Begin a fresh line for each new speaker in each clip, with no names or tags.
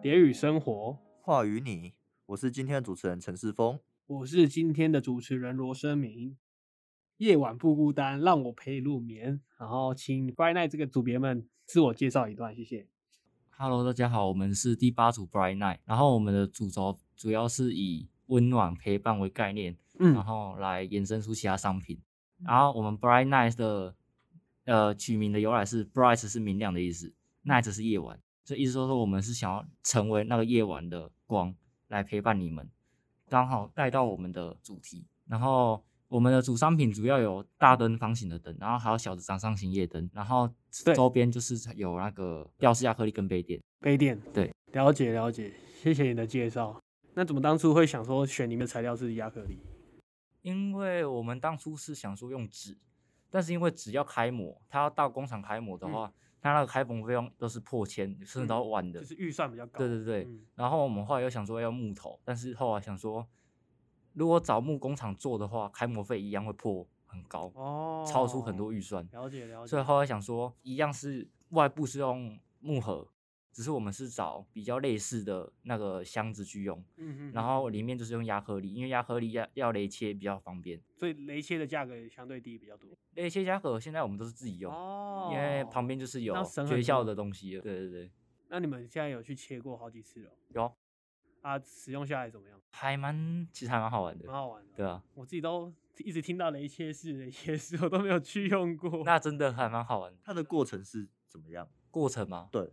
蝶语生活，
话与你，我是今天的主持人陈世峰。
我是今天的主持人罗生明。夜晚不孤单，让我陪你入眠。然后，请 Friday Night 这个组别们自我介绍一段，谢谢。
Hello，大家好，我们是第八组 Bright Night，然后我们的主轴主要是以温暖陪伴为概念，然
嗯，
后来衍生出其他商品。然后我们 Bright Night 的呃取名的由来是 Bright 是明亮的意思，Night
嗯
是夜晚，所以意思说说我们是想要成为那个夜晚的光来陪伴你们，刚好带到我们的主题。然后我们的主商品主要有大灯方形的灯，然后还有小的掌上型夜灯，然后
对
周边就是有那个吊饰亚克力跟杯垫。
杯垫，
对，
了解了解，谢谢你的介绍。那怎么当初会想说选你们的材料是亚克力？
因为我们当初是想说用纸，但是因为纸要开模，它要到工厂开模的
嗯
话，它那个开模费用都是破千，甚至
嗯
到万的。
就是预算比较高。
对对对。
嗯
然后我们后来又想说要木头，但是后来想说，如果找木工厂做的话，开模费一样会破很高，
哦，
超出很多啊预算。
了解了解。
所以后来想说，一样是外部是用木盒，只是我们是找比较类似的那个箱子去用，
嗯嗯，
然
嗯
后里面就是用亚克力，因为亚克力要要雷切比较方便。
所以雷切的价格也相对低比较多。
那些家伙现在我们都是自己用，
哦
因为旁边就是有
省很
学校
多
的东西了。对对对，
那你们现在有去切过好几次了？
有
啊，使用下来怎么样？
还蛮其实还蛮好玩的
蛮，好玩的。
对啊，
我自己都一直听到雷切式、雷切式，我都没有去用过。
那真的还蛮好玩的。
它的过程是怎么样？
过程嘛，
对，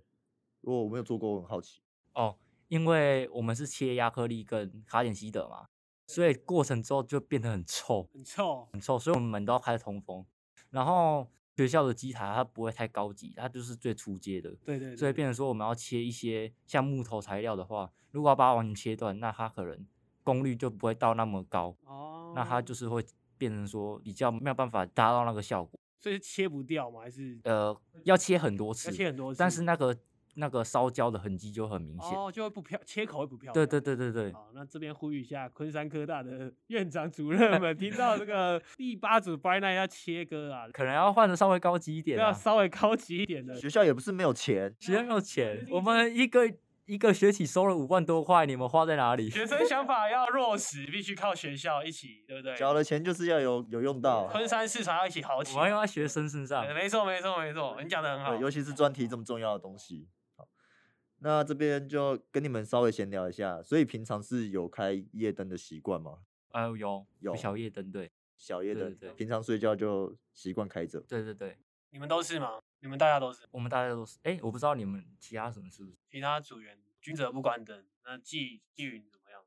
如果我没有做过，我很好奇。
哦，因为我们是切亚克力跟卡点西德嘛，所以过程之后就变得很臭，
很臭，
很臭，所以我们门都要开通风。然后学校的机台它不会太高级，它就是最初阶的，
对对对，
所以变成说我们要切一些像木头材料的话，如果要把它完全切断，那它可能功率就不会到那么高。
哦，
那它就是是会变成说比较没有办法达到那个效果。
所以是切不掉嘛，还是
呃，要切很多次
要，切很多次？
但是那个那个烧焦的痕迹就很明显。
哦就会哦不漂，切口会不漂亮。
对对。对对对，
好，那这边呼吁一下昆山科大的院长主任 们，听到这个第八组 b r i g h t 要切割啊，
可能要换的稍微高级一点
要
啊。
稍微高级一点的，
学校也不是没有钱，
学校没有钱，我们一个一个学期收了五万多块，你们花在哪里？
学生想法要落实，必须靠学校一起，对不对？
缴了钱就是要有有用到，
昆山市场要一起好起
啊我
来
们。用在学生身上
对。没错，没错，没错，你讲的很好
啊对，。尤其是专题这么重要的东西。好，那这边就跟你们稍微闲聊一下，所以平常是有开夜灯的习惯吗？
哎呦，有
有
小夜灯，对
小夜
对
灯
对对，
平常睡觉就习惯开着。
对对对，
你们都是吗？你们大家都是，
我们大家都是。哎，我不知道你们其他什么是不是？
其他组员
嗯
君者不关灯，那季季云怎么样？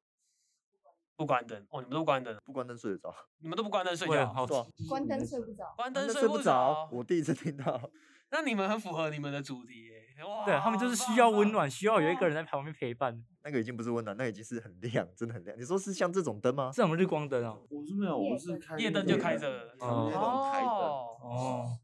不关灯哦，你们都不关灯，
不关灯睡得着，
你们都不关灯睡
我也
觉
很，好啊
对啊
奇。
关灯睡不着。
关
那
灯
睡
不
着
着，。
我第一次听到。
那你们很符合你们的主题耶，哇！
对他们就是需
棒
要温
棒
暖，需要有一个
哇
人在旁边陪伴。
那个已经不是温暖，那个已经是很亮，真的很亮。你说是像这种灯吗？
这种日光灯哦。
我是没有，我是开
夜灯就开着了
常夜灯开灯。
哦
哦。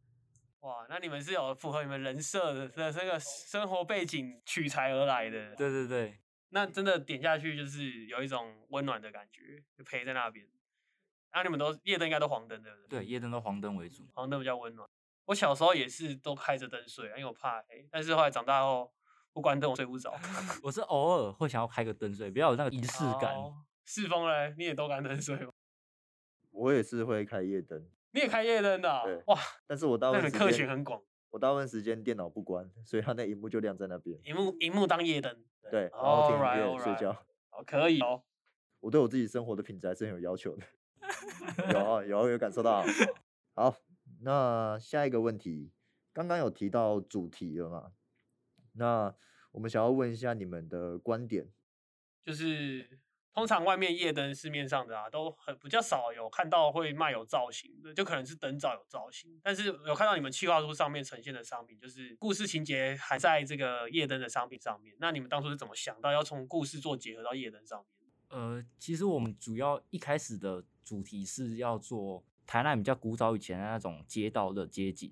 哇，那你们是有符合你们人设的的这个生活背景取材而来的，
对对对，
那真的点下去就是有一种温暖的感觉，就陪在那边。然后你们都夜灯应该都黄灯对不对？
对，夜灯都黄灯为主。
黄哦灯比较温暖。我小时候也是都开着灯睡啊，因为我怕黑。但是后来长大后不关灯我睡不 着，
我是偶尔会想要开个灯睡，不要有那个仪式感。
哦。世峰嘞，你也都关灯睡吗？
我也是会开夜灯，
你也开夜灯的啊、
对
哇，
但是我大部
那
分
你
时
客群
间
很广，
我大部分时间电脑不关，所以它那荧幕就亮在那边。
荧幕荧幕当夜灯，
对，然后听音
Alright,
乐睡
alright
觉。
哦，可以哦。
我对我自己生活的品质还是很有要求的。 有啊有啊有感受到啊。好，那下一个问题，刚刚有提到主题了嘛？那我们想要问一下你们的观点。
就是通常外面夜灯市面上的啊，都很比较少有看到会卖有造型的，就可能是灯罩有造型。但是有看到你们企划书上面呈现的商品，就是故事情节还在这个夜灯的商品上面。那你们当初是怎么想到要从故事做结合到夜灯上面？
呃，其实我们主要一开始的主题是要做台南比较古早以前的那种街道的街景，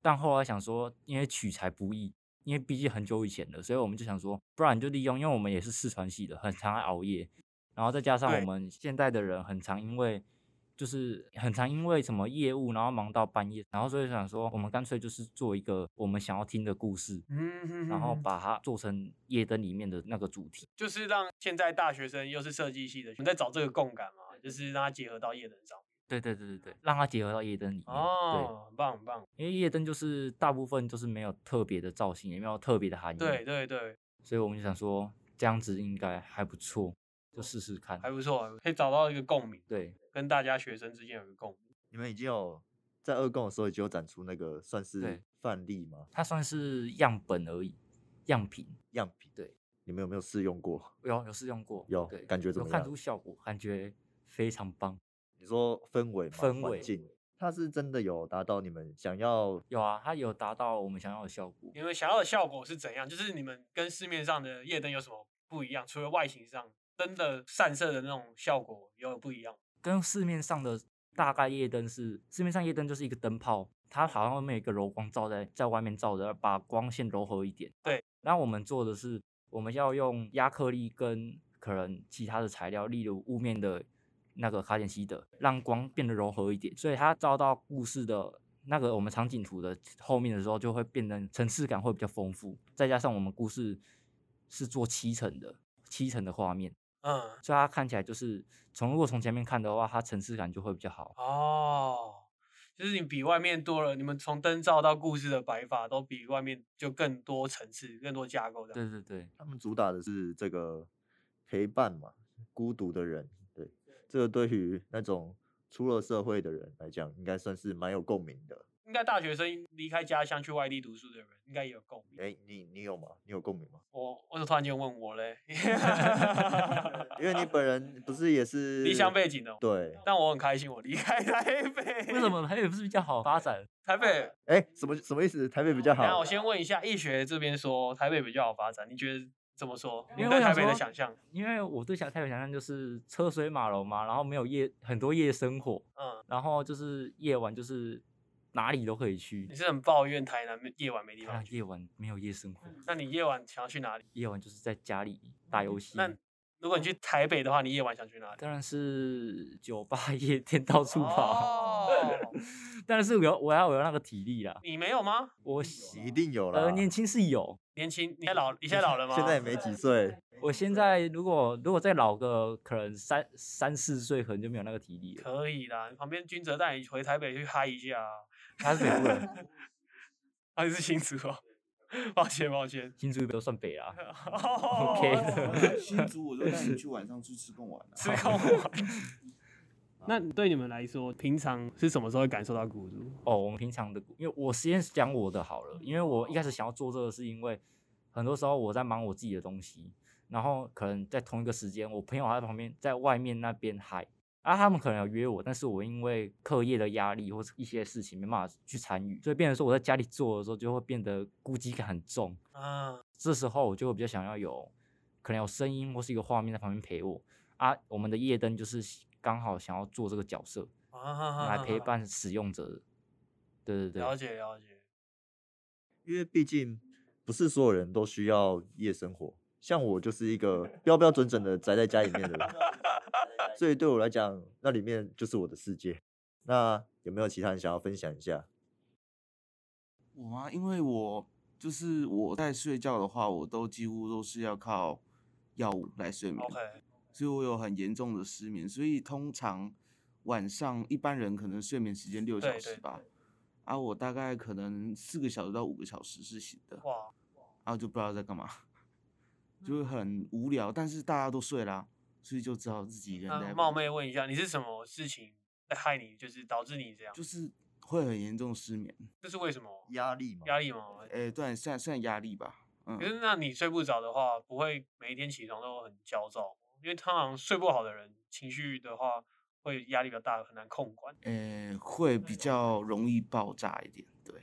但后来想说，因为取材不易，因为毕竟很久以前了，所以我们就想说，不然就利用，因为我们也是四川系的，很常爱熬夜，然后再加上我
对
们现代的人很常因为就是很常因为什么业务，然后忙到半夜，然后所以想说，我们干脆就是做一个我们想要听的故事，
嗯，哼
然后
哼
把它做成夜灯里面的那个主题。
就是让现在大学生又是设计系的，我们在找这个共感嘛，就是让它结合到夜灯上。
对对对对对，让它结合到夜灯里面。
哦，很棒很棒，
对，因为夜灯就是大部分就是没有特别的造型，也没有特别的含义。
对，对对，
所以我们就想说这样子应该还不错，就试试看
还。不错，可以找到一个共鸣，
对，
跟大家学生之间有个共鸣。
你们已经有在二供的时候已经有展出那个算是
对
范例吗？
它算是样本而已，样品。
样品？
对，
你们有没有试用过？
有有试用过，
有
对，
感觉怎
有
么
看
样
出效果，感觉非常棒。
你说氛围吗？
氛
环
围
境，它是真的有达到你们想要
有啊，它有达到我们想要的效果。
你们想要的效果是怎样？就是你们跟市面上的夜灯有什么不一样？除了外形上，灯的散射的那种效果有不一样吗。
跟市面上的大概夜灯是，市面上夜灯就是一个灯泡，它好像外面有一个柔光罩在在外面照着，把光线柔和一点。
对，
然后我们做的是，我们要用亚克力跟可能其他的材料，例如雾面的那个卡点西德，让光变得柔和一点，所以它照到故事的。那个我们场景图的后面的时候，就会变成层次感会比较丰富，再加上我们故事是做七层的，七层的画面，
嗯，
所以它看起来就是从如果从前面看的话，它层次感就会比较好。
哦，就是你比外面多了，你们从灯罩到故事的摆法都比外面就更多层次、更多架构这样。
对对 对，
他们主打的是这个陪伴嘛，孤独的人，对，这个对于那种出了社会的人来讲，应该算是蛮有共鸣的。
应该大学生离开家乡去外地读书的人，应该也有共鸣。
哎、你你有吗？你有共鸣吗？
我为什么突然间问我嘞？
因为你本人不是也是
离乡背景的，
对，
但我很开心，我离开台北。
为什？么台北不是比较好发展？
台北
哎、什么什么意思？台北比较
等下
好
哦我，先问一下，易学这边说台北比较好发展，你觉得怎么说？你
因为
对
我
台
想
北的
说
想象，
因为我对小台北想象就是车水马龙嘛，然后没有夜很多夜生活，
嗯，
然后就是夜晚就是哪里都可以去
你，是很抱怨台南没夜晚没地
台
方
南
去？
夜晚没有夜生活，
那你夜晚想要去哪里？
夜晚就是在家里打游戏。
那如果你去台北的话，你夜晚想去 哪里？
当然是酒吧、夜店 到处跑，
哦，
当然是我要我要有那个体力啦。
你没有吗？
我
一定有啦。
呃年轻是有，
年轻，你现在老，你现在老 了吗？
现在也没几岁，
我现在如果如果再老个可能三三四岁，可能就没有那个体力了。
可以啦。旁边君哲带你回台北去嗨一下啊，
他是北部人，
啊，你是新竹哦， 抱歉抱歉。
新竹都算北啦。
哦
OK
新竹我就带你去晚上去吃贡丸了、
失控玩。 那对你们来说，平常是什么时候会感受到孤独？
哦，我们平常的，因为我先讲我的好了，因为我一开始想要做这个，是因为很多时候我在忙我自己的东西，然后可能在同一个时间，我朋友还在旁边，在外面那边嗨，啊，他们可能有约我，但是我因为课业的压力或是一些事情没办法去参与，所以变成说我在家里做的时候就会变得孤寂感很重。
啊，
这时候我就会比较想要有可能有声音或是一个画面在旁边陪我啊。我们的夜灯就是刚好想要做这个角色
啊
来
来
陪。伴使用者的。对对
了
对，
解了解，
因为毕竟不是所有人都需要夜生活，像我就是一个标标准准的宅在家里面的人，所以对我来讲，那里面就是我的世界。那有没有其他人想要分享一下？
我吗？因为我就是我在睡觉的话，我都几乎都是要靠药物来睡眠
OK，
所以我有很严重的失眠，所以通常晚上一般人可能睡眠时间六
对
小
对
时
对
吧，啊，我大概可能四个小时到五个小时是醒的，
哇，
然后就不知道在干嘛，
嗯
就很无聊，但是大家都睡啦，所以就只好自己一个人在
那
房
冒
间
昧问一下，你是什么事情在害你，就是导致你这样？
就是会很严重失眠。
这是为什么？
压力嘛
压力吗？
诶、对，算算压力吧。嗯
可，是那你睡不着的话，不会每一天起床都很焦躁吗？因为通常睡不好的人，情绪的话会压力比较大，很难控管。
诶、会比较容易爆炸一点，对，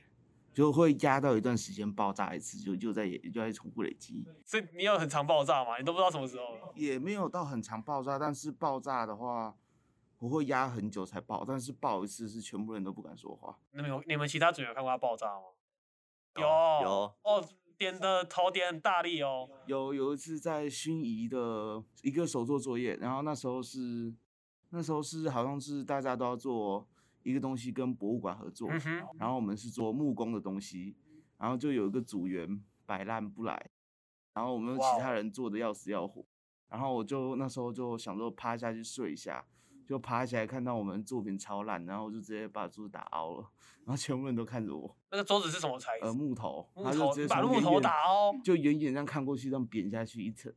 就会压到一段时间爆炸一次，就就在就在重复累积，
所以你有很常爆炸嘛？你都不知道什么时候。
也没有到很长爆炸，但是爆炸的话，我会压很久才爆，但是爆一次是全部人都不敢说话，
你们有你们其他组有看过他爆炸吗？有
有
哦，点的头点很大力哦。
有有一次在薰仪的一个手作作业，然后那时候是那时候是好像是大家都要做一个东西跟博物馆合作，
嗯哼，
然后我们是做木工的东西，然后就有一个组员摆烂不来，然后我们其
哇
他
哦
人做的要死要活，然后我就那时候就想说趴下去睡一下，就爬起来看到我们作品超烂，然后我就直接把桌子打凹了，然后全部人都看着我，
那个桌子是什么材质
呃，？木头，
木
他就
头
直接
你把
从
木
远
头
远
打哦凹
就远远这样看过去，这样扁下去一层，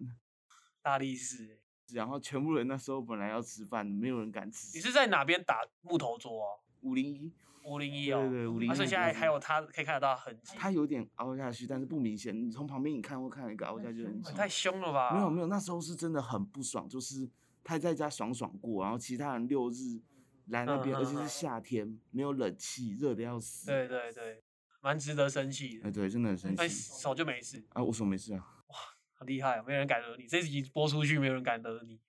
大力士。欸
然后全部人那时候本来要吃饭，没有人敢吃。
你是在哪边打木头桌哦？
五零一，
五零一
对
哦，
对对，五零一。
啊所以现在还有它可以看得到痕迹，
它有点凹下去，但是不明显。你从旁边你看会看到一个凹下去的痕迹。
太凶了吧？
没有没有，那时候是真的很不爽，就是他在家爽爽过，然后其他人六日来那
嗯
边，而且
嗯嗯
是夏天，没有冷气，热的要死。
对，对对，蛮值得生气
哎
的。
对，真的很生
但
气。
手就没事，
啊，我说没事啊，
很厉害，没有人敢惹你。这集播出去，没有人敢惹你。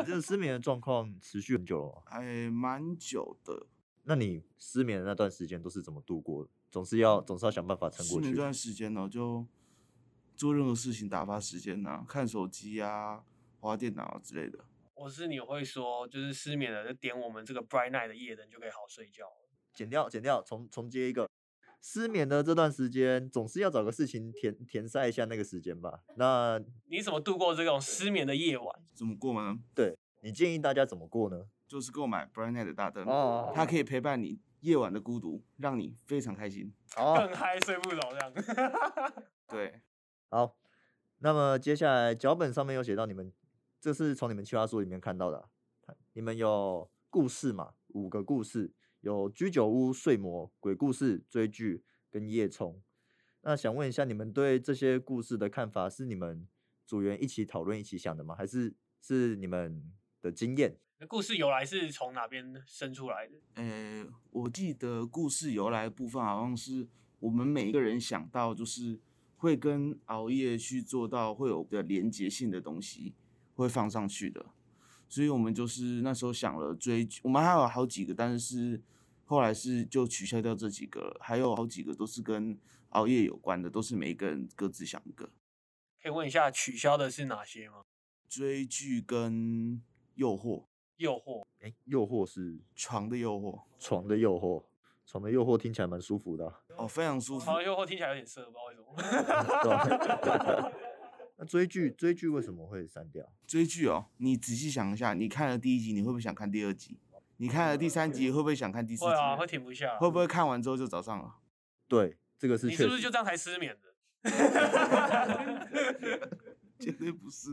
你这个失眠的状况持续很久了吗？
哎，蛮久的。
那你失眠的那段时间都是怎么度过的？总是要总是要想办法撑
失
过
眠
去
这。段时间呢，就做任何事情打发时间呐，看手机啊，滑电脑啊之类的。
我是你会说，就是失眠了，就点我们这个 Bright Night 的夜灯就可以好睡觉了。
剪掉，剪掉，重重接一个。失眠的这段时间，总是要找个事情填填塞一下那个时间吧。那
你怎么度过这种失眠的夜晚？
怎么过呢？
你建议大家怎么过呢？
就是购买 Bright Night 的大灯，
哦
它可以陪伴你夜晚的孤独，让你非常开心。
好
更嗨睡不着这样。
对，
好，那么接下来脚本上面有写到你们，这是从你们企划书里面看到的啊、你们有故事嘛？五个故事，有居酒屋、睡魔、鬼故事、追剧跟夜冲。那想问一下，你们对这些故事的看法是你们组员一起讨论、一起想的吗？还是是你们的经验？
故事由来是从哪边生出来的？
呃，我记得故事由来的部分好像是我们每一个人想到，就是会跟熬夜去做到会有个连结性的东西会放上去的，所以我们就是那时候想了追剧，我们还有好几个，但是后来是就取消掉这几个了，还有好几个都是跟熬夜有关的，都是每一个人各自想一个
可以问一下取消的是哪些吗？
追剧跟诱惑，
诱惑，
哎，诱惑是
床的诱惑
床的诱惑，床的诱惑听起来蛮舒服的啊、
哦，非常舒服
好，诱惑听起来有点色，不知道为什
对
么。
那追剧，追剧为什么会删掉？
追剧哦，你仔细想一下，你看了第一集，你会不会想看第二集？你看了第三集，会不会想看第四集
会
呢？
啊，会停不下。
会不会看完之后就早上了？
对，这个是
你
确
是不
实
是就这样才失眠的？
绝对不是。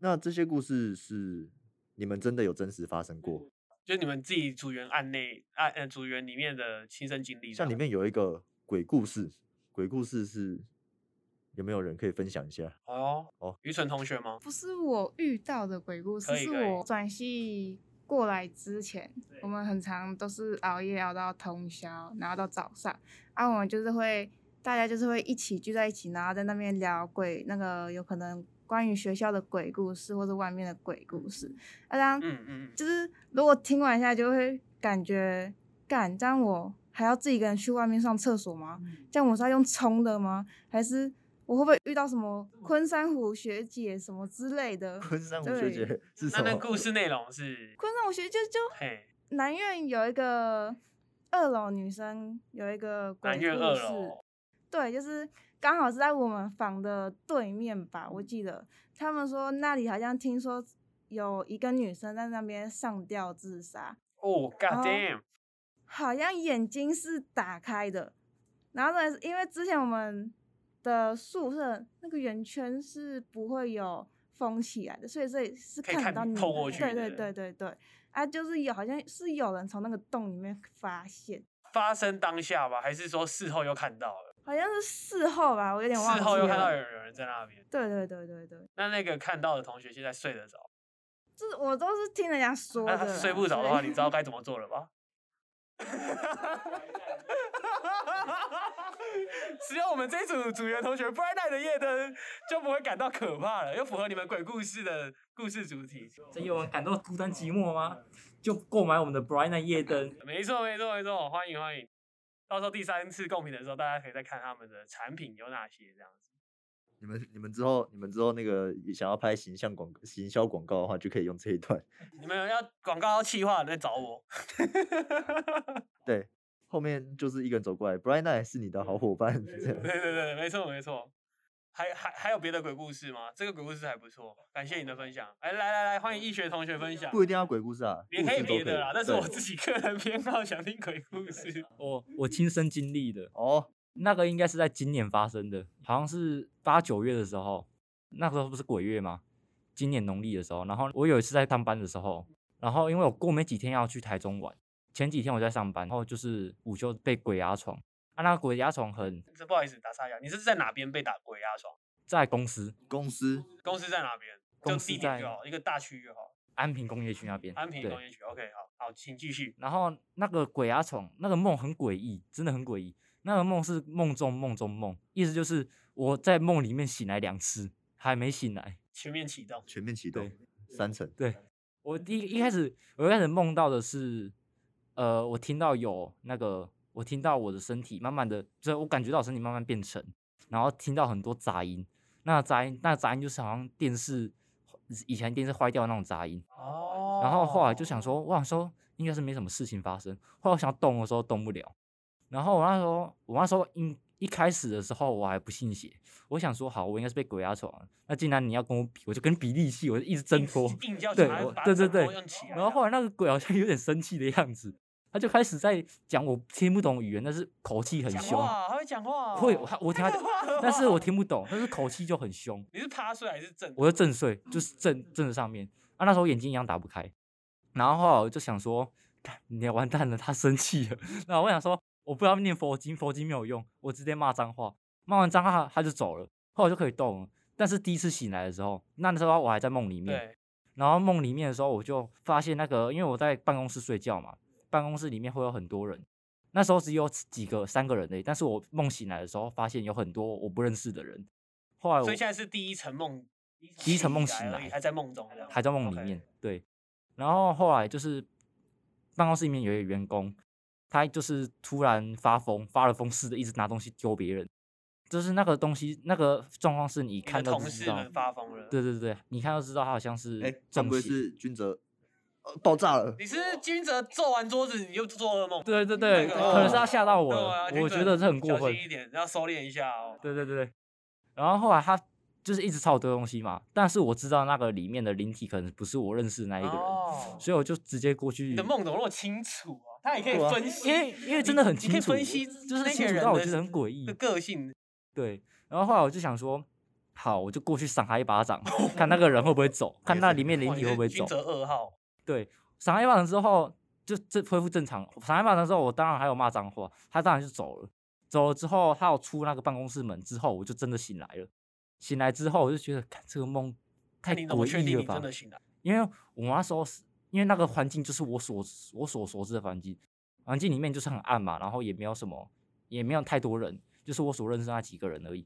那这些故事是你们真的有真实发生过？
就你们自己组员案内案呃组员里面的亲身经历这样，
像里面有一个鬼故事，鬼故事是有没有人可以分享一下？
哦
哦
愚蠢同学吗？
不是我遇到的鬼故
可
事，
以
是
可以
我转系过来之前，我们很常都是熬夜熬到通宵，然后到早上，啊，我们就是会大家就是会一起聚在一起，然后在那边聊鬼，那个有可能关于学校的鬼故事或者外面的鬼故事，啊，
嗯
当
嗯嗯，
就是如果听完一下就会感觉，干，这样我还要自己一个人去外面上厕所吗？这样我是要用冲的吗？还是我会不会遇到什么昆山湖学姐什么之类的？
昆山湖学姐
对
是
那
什
那
么？
故事内容是
昆山湖学姐就
嘿
就南院有一个二楼女生有一个鬼
南
故
苑二
事，
楼，
对，就是刚好是在我们房的对面吧，我记得他们说那里好像听说有一个女生在那边上吊自杀，
哦，God
哦
damn，
好像眼睛是打开的。然后呢，因为之前我们的宿舍那个圆圈是不会有封起来的，所以这里是
可以
看得
看
到你
透过去
对
的
对对对对，啊，就是有好像是有人从那个洞里面发现，
发生当下吧，还是说事后又看到了？
好像是事后吧，我有点忘记
事
了。
后又看到有有人在那边，
对对对对对，
那那个看到的同学现在睡得着，
这我都是听人家说
那
的
啊他
啦。
睡不着的话，
所以
你知道该怎么做了吧？ 只有我们这一组组员同学 Bright Night 的夜灯就不会感到可怕了，又符合你们鬼故事的故事主题。
真有啊人感到孤单寂寞吗？就购买我们的 Bright Night 夜灯，
没错，没错，没错，欢迎欢迎。到时候第三次共评的时候，大家可以再看他们的产品有哪些这样子。
你们你们之后你们之后那个想要拍形象广行销广告的话，就可以用这一段。
你们要广告要企划再找我。
对，后面就是一个人走过来，Brian Knight 是你的好伙
嗯
伴，这样
对对对，没错没错。还还还有别的鬼故事吗？这个鬼故事还不错，感谢你的分享。哎，来来来，欢迎易学同学分享。
不一定要鬼故事啊，
也
故
可以
事都
别的啦，但是
对
我自己个人偏好想听鬼故事。
我哦我亲身经历的，
哦，
那个应该是在今年发生的，好像是八九月的时候，那时候不是鬼月吗？今年农历的时候，然后我有一次在上班的时候，然后因为我过没几天要去台中玩，前几天我在上班，然后就是午休被鬼压床，啊，那个鬼压床很
这不好意思打岔一下，你是在哪边被打鬼压床？
在公司
公司
公司在哪边？就
公司
地点
在
就好，一个大区就好。
安平工业区那边，
安平
对
工业区，OK，好好，请继续。
然后那个鬼压床，那个梦很诡异，真的很诡异。那个梦是梦中梦中梦，意思就是我在梦里面醒来两次，还没醒来。
全面启动，
全面启动
对
三层，
对我第一一开始，我一开始梦到的是，呃，我听到有那个，我听到我的身体慢慢的，就是我感觉到我身体慢慢变沉，然后听到很多杂音。那杂音，那杂音就是好像电视以前电视坏掉的那种杂音。
哦
然后后来就想说，我想说应该是没什么事情发生。后来我想动的时候动不了，然后我那时候我那时候一一开始的时候我还不信邪，我想说好，我应该是被鬼压床了。那既然你要跟我比，我就跟比力气，我就一直挣
硬
脱。
硬叫
对
起来
我
把
对
整
对
个
对
用起来啊
然后后来那个鬼好像有 点生气的样子，他就开始在讲我听不懂语言，但是口气很
讲
凶，
话，他会讲话哦，
会我 我听他
讲话了
但是我
吧
听不懂，但是口气就很凶。
你是趴睡还是正？
我就正睡，就是正正着上面啊。那时候眼睛一样打不开，然后后来我就想说，干你完蛋了，他生气了。 那我想说，我不要念佛经，佛经没有用，我直接骂脏话，骂完脏话他就走了，后来我就可以动了。但是第一次醒来的时候，那时候我还在梦里面，
对，
然后梦里面的时候，我就发现那个，因为我在办公室睡觉嘛，办公室里面会有很多人。那时候只有几个三个人类，但是我梦醒来的时候，发现有很多我不认识的人。后呃来我
所以现在是第一层梦，
第一层梦
醒
醒
而
来
已，还在梦中这样，
还在梦里
OK
面。对，然后后来就是办公室里面有一个员工，他就是突然发疯，发了疯似的，一直拿东西丢别人。就是那个东西，那个状况是你
你的
看到
同
就
事
知道
们，发疯了。
对对对，你看到知道他好像是
哎，会
中
不会
邪
是君泽呃爆炸了？
你是君哲揍完桌子你就做噩梦，
对对对，
那个
可能是他
哦
吓到我
对
了，
啊君
我
哲
觉得这很过
小
分
心。一点，要收敛一下哦。
对对对对，然后后来他就是一直抄我丢东西嘛，但是我知道那个里面的灵体可能不是我认识的那一个人，
哦，
所以我就直接过去。
你的梦怎么那么清楚啊？他也可以
对啊
分析，
因为因为
你
真的很
你
清
可以
楚，
分析
就是
那
清
个
楚
人
到我
的
觉得很诡 异
的。个性，
对，然后后来我就想说，好，我就过去赏他一 巴掌，看那个人会不会走，看
也
那
是
里面灵
哇你
体
哦
会
是
不会
君
走。
哲二号，
对，赏他一巴掌之后，就这恢复正常。赏他一巴掌之后，我当然还有骂脏话，他当然就走了。走了之后，他有出那个办公室门之后，我就真的醒来了。醒来之后，我就觉得，看这个梦
那
太
你怎么确
诡异
定
了
你
吧？
真的醒来？
因为我那时候是因为那个环境就是我所我所熟知的环境，环境里面就是很暗嘛，然后也没有什么，也没有太多人，就是我所认识那几个人而已。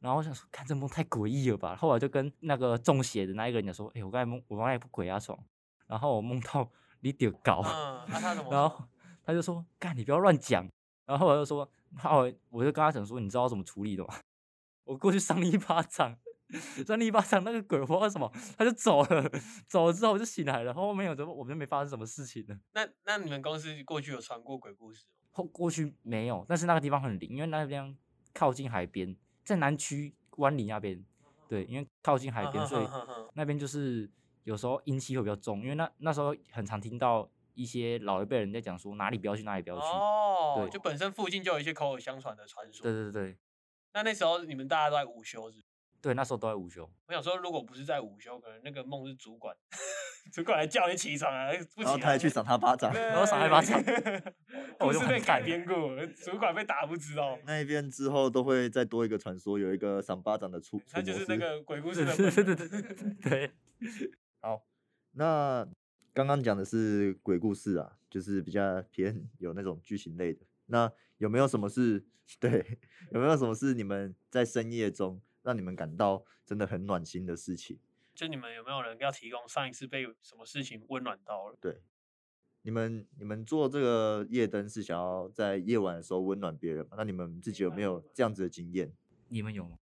然后我想说，看这梦太诡异了吧。后来就跟那个中邪的那一个人讲说，哎、我刚才梦，我刚才鬼压床，然后我梦到 你丢搞，
嗯，那他怎么
哦然
说？
后他就说，干，你不要乱讲。然后我就说，那我我就跟他讲说，你知道怎么处理的吗？ 我过去扇你一巴掌，扇你一巴掌，那个鬼我不知道什么，他就走了。走了之后我就醒来了，后面有什么我们就没发生什么事情了。
那那你们公司过去有传过鬼故事吗？
后过去没有，但是那个地方很灵，因为那个地方靠近海边，在南区湾里那边。对，因为靠近
嗯
海边，所以
哼哼哼哼
那边就是有时候阴气会比较重，因为那那时候很常听到一些老一辈人在讲说哪里不要去，哪里不要去。
哦
对，
就本身附近就有一些口耳相传的传
对
说。
对对
那那时候你们大家都在午休是不是？
对，那时候都在午休。
我想说，如果不是在午休，可能那个梦是主管， 主管来叫你起床啊，不
然后
起
他还
来
去赏他巴掌。
然
后 赏他一巴掌我
故
就啊
事
完
被改
蛋了
编过了，主管被打不知 道，
那一边之后都会再多一个传说，有一个赏巴掌的出。
他
出
就
没
是那
师
个鬼故事
对
的
对对
本
对
人。
对对
那刚刚讲的是鬼故事啊，就是比较偏有那种剧情类的。那有没有什么是 对？有没有什么是你们在深夜中让你们感到真的很暖心的事情？
就你们有没有人要提供上一次被什么事情温暖到了？
你们你们做这个夜灯是想要在夜晚的时候温暖别人吗？那你们自己有没有这样子的经验？
你们有吗？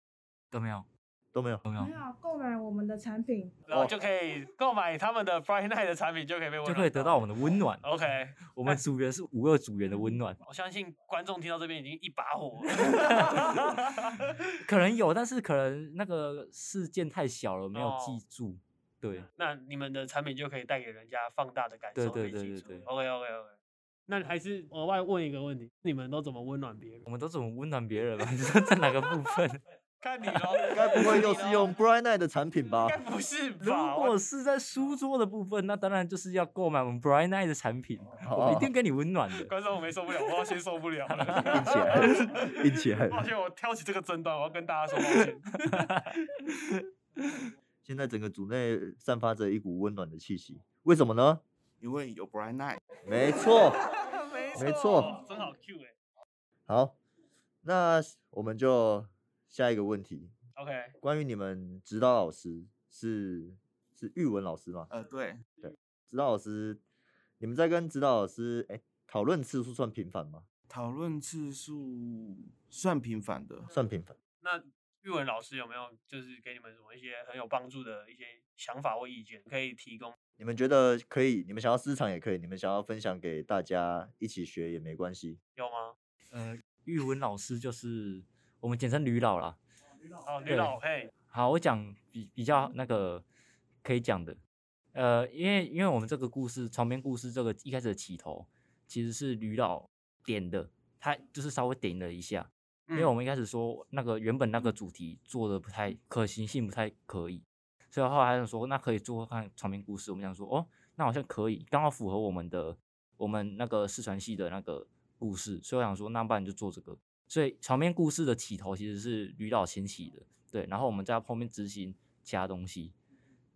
都没有。
都 没有。
有没有
没？有啊购买我们的产品，
然后就可以购买他们的 Bright Night 的产品，就可以被温
就
暖
可以得到我们的温暖。
OK，
我们组员是五个组员的温暖，
我相信观众听到这边已经一把火了。
可能有，但是可能那个事件太小了，没有
哦
记住。对，
那你们的产品就可以带给人家放大的感受，
对对
可以
对
记
对
住
对
OK OK OK。那还是额外问一个问题：你们都怎么温暖别人
我？们都怎么温暖别人 吧？你说在哪个部分？
看你喽，
该不会又
看
是
你咯
用 Bright Night 的产品吧
应？该不 是
如
吧？
果是在书桌的部分，那当然就是要购买我们 Bright Night 的产品，我们
哦
一定给你温暖的。
观众我没受不了，我要先受不了了。
硬起来了，硬起来
抱
了。
歉，我挑起这个争端，我要跟大家说抱 歉。
现在整个组内散发着一股温暖的气息，为什么呢？
因为有 Bright Night。
没错。
没
没错
真好 Q 哎、
好，那我们就下一个问题，
OK，
关于你们指导老师是是玉文老师吗？
呃，对，
指导老师，你们在跟指导老师哎讨论次数算频繁吗？
讨论次数算频繁的，
算频繁。
那玉文老师有没有就是给你们什么一些很有帮助的一些想法或意见可以提供？
你们觉得可以？你们想要私藏也可以，你们想要分享给大家一起学也没关系。
有吗？
呃，玉文老师就是我们简称吕老啦。
哦，吕
对
老嘿，
好，我讲比比较那个可以讲的，呃，因为因为我们这个故事床边故事这个一开始的起头其实是吕老点的，他就是稍微点了一下，因
嗯
为我们一开始说那个原本那个主题做的不太可行性不太可以，所以后来他就说那可以做看床边故事，我们想说哦，那好像可以，刚好符合我们的我们那个四川系的那个故事，所以我想说那不然就做这个，所以床边故事的起头其实是吕老先起的，对，然后我们在后面执行其他东西，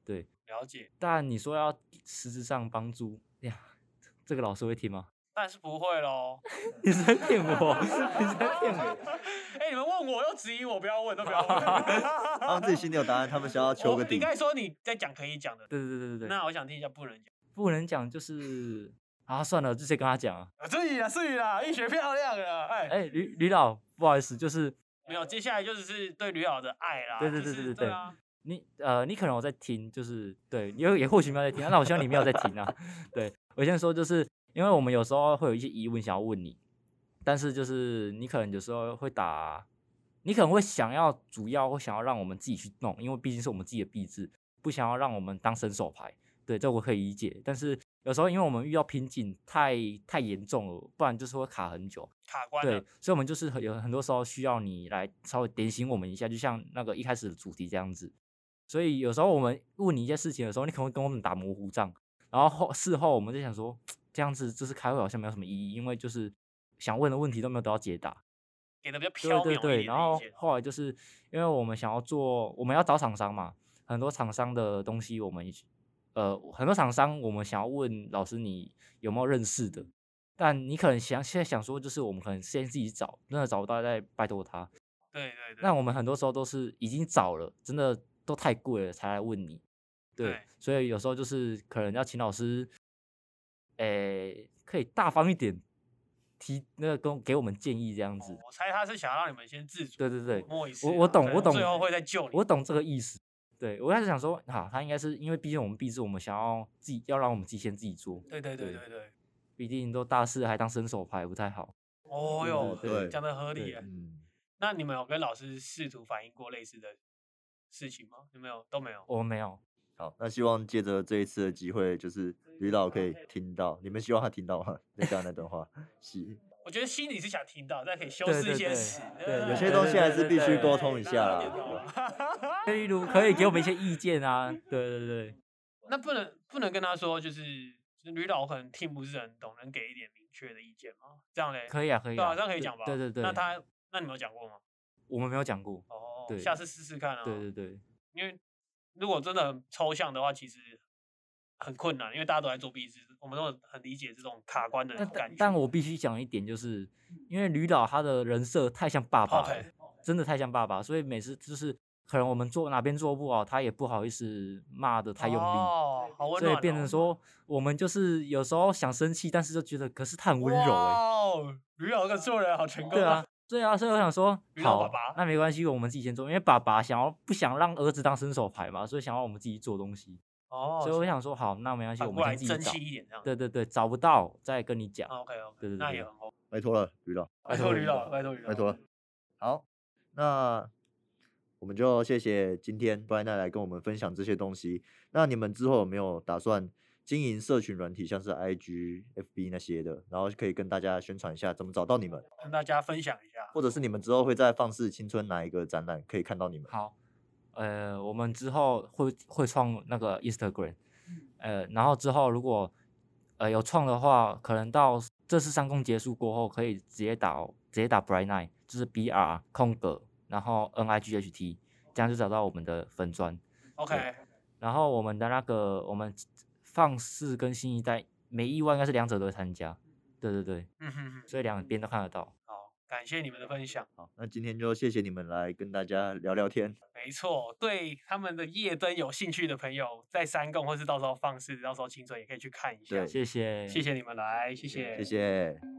对，
嗯了解，
但你说要实质上帮助哎呀，这个老师会听吗？
但是不会喽。
你是在骗我？你是在骗我？
哎、你们问我又质疑我，不要问，都不要问。
他们自己心里有答案，他们想要求
啊我
个
你
底
刚。才说你在讲可以讲的，
对对对对对。
那我想听一下不能讲。
不能讲就是啊，算了，直接跟他讲啊。
啊，对啦，对啦，一学漂亮了，哎、
哎、吕吕老，不好意思，就是
没有，接下来就是对吕老的爱啦。
对对
就
对
是
对对
对
对
啊，
你呃，你可能有在听，就是对，也有也或许没有在听、啊，那我希望你没有在听啊。 对我先说，就是因为我们有时候会有一些疑问想要问你，但是就是你可能有时候会打，你可能会想要主要会想要让我们自己去弄，因为毕竟是我们自己的币制，不想要让我们当伸手牌。对，这我可以理解，但是有时候因为我们遇到瓶颈太太严重了，不然就是会卡很久。
卡关
对
了。，
所以我们就是很有很多时候需要你来稍微点醒我们一下，就像那个一开始的主题这样子。所以有时候我们问你一些事情的时候，你可能会跟我们打模糊仗，然后后事后我们就想说，这样子就是开会好像没有什么意义，因为就是想问的问题都没有得到解答。
给的比较飘
对
渺一点的
对对，
意
然后
见
后来就是因为我们想要做，我们要找厂商嘛，很多厂商的东西我们呃很多厂商我们想要问老师你有没有认识的，但你可能想现在想说就是我们可能先自己找，真的找不到再拜托他。
对对对，
那我们很多时候都是已经找了，真的都太贵了才来问你。对，
对
所以有时候就是可能要请老师，诶、可以大方一点提那个跟给我们建议这样子
哦。我猜他是想要让你们先自主，
对对对
摸一次
我
啊
我懂
可
我
能
懂，
最后会再救你。
我懂这个意思。对我开始想说，啊，他应该是因为毕竟我们毕制，我们想要自己要让我们自己先自己做，
对对对
对
对对，
毕竟都大四还当伸手牌不太好。
哦
对
哟，
对
对
讲的合
对
理耶。啊
嗯，
那你们有跟老师试图反映过类似的事情吗？有没有？都没有。
我们哦没有，
好，那希望借着这一次的机会，就是吕老可以听到，你们希望他听到吗？ 那刚刚那段话，是
我觉得心里是想听到，但可以修
对
饰一
对
些
对
事。
对
有
对
些
对
东
对
西还
对
是
对
必须
对
沟通一
大
下
家
啦
点。头
对
了
例如可以给我们一些意见啊，对对对，
那不能不能跟他说，就是吕老可能听不是很懂，能给一点明确的意见吗？这样嘞，
可以啊，可以
对啊，
啊，
这样可以
对
讲吧？
对对对，
那他那你们有讲过吗？
我们没有讲过，
哦，
对
下次试试看啊。
对对对，
因为如果真的很抽象的话，其实很困难，因为大家都在做壁纸，我们都很很理解这种卡关的
但
感
但
觉。
但我必须讲一点，就是因为吕导他的人设太像爸爸了
OK，
真的太像爸爸，所以每次就是可能我们做哪边做不好，他也不好意思骂的太用力。
哦，好温
所
暖、
以
哦，
变成说，我们就是有时候想生气，但是就觉得，可是他很温柔哎、
哇哦，吕老哥做人好成功
对啊，，对啊，所以我想说，
娱乐
好，
爸爸
那没关系，我们自己先做，因为爸爸想要不想让儿子当伸手牌嘛，所以想要我们自己做东西，
哦，
所以我想说，好，那没关系，
反
我
过
们
来
先自己
珍惜
找。
一点这样。
对对对，找不到再跟你讲。
，OK OK，
对对
那
对
也很 OK。
拜托了，吕老，
拜托吕老，拜托吕老，
拜托了。好，那我们就谢谢今天 Brian 来跟我们分享这些东西。那你们之后有没有打算经营社群软体，像是 IG、FB 那些的，然后可以跟大家宣传一下怎么找到你们，
跟大家分享一下。
或者是你们之后会在放肆青春哪一个展览可以看到你们？
好，呃，我们之后会会创那个 Instagram，呃，然后之后如果呃有创的话，可能到这次三公结束过后，可以直接打直接打 Bright Night，就是 B R 空格，然后 N I G H T，这样就找到我们的粉砖。
OK，
然后我们的那个我们放肆跟新一代没意外，应该是两者都会参加。对对对，
嗯哼哼，
所以两边都看得到。
好，感谢你们的分享。
好，那今天就谢谢你们来跟大家聊聊天。
没错，对他们的夜灯有兴趣的朋友，在三共或是到时候放肆，到时候青春也可以去看一下。
对
谢谢，
谢谢你们来，谢谢，
谢谢。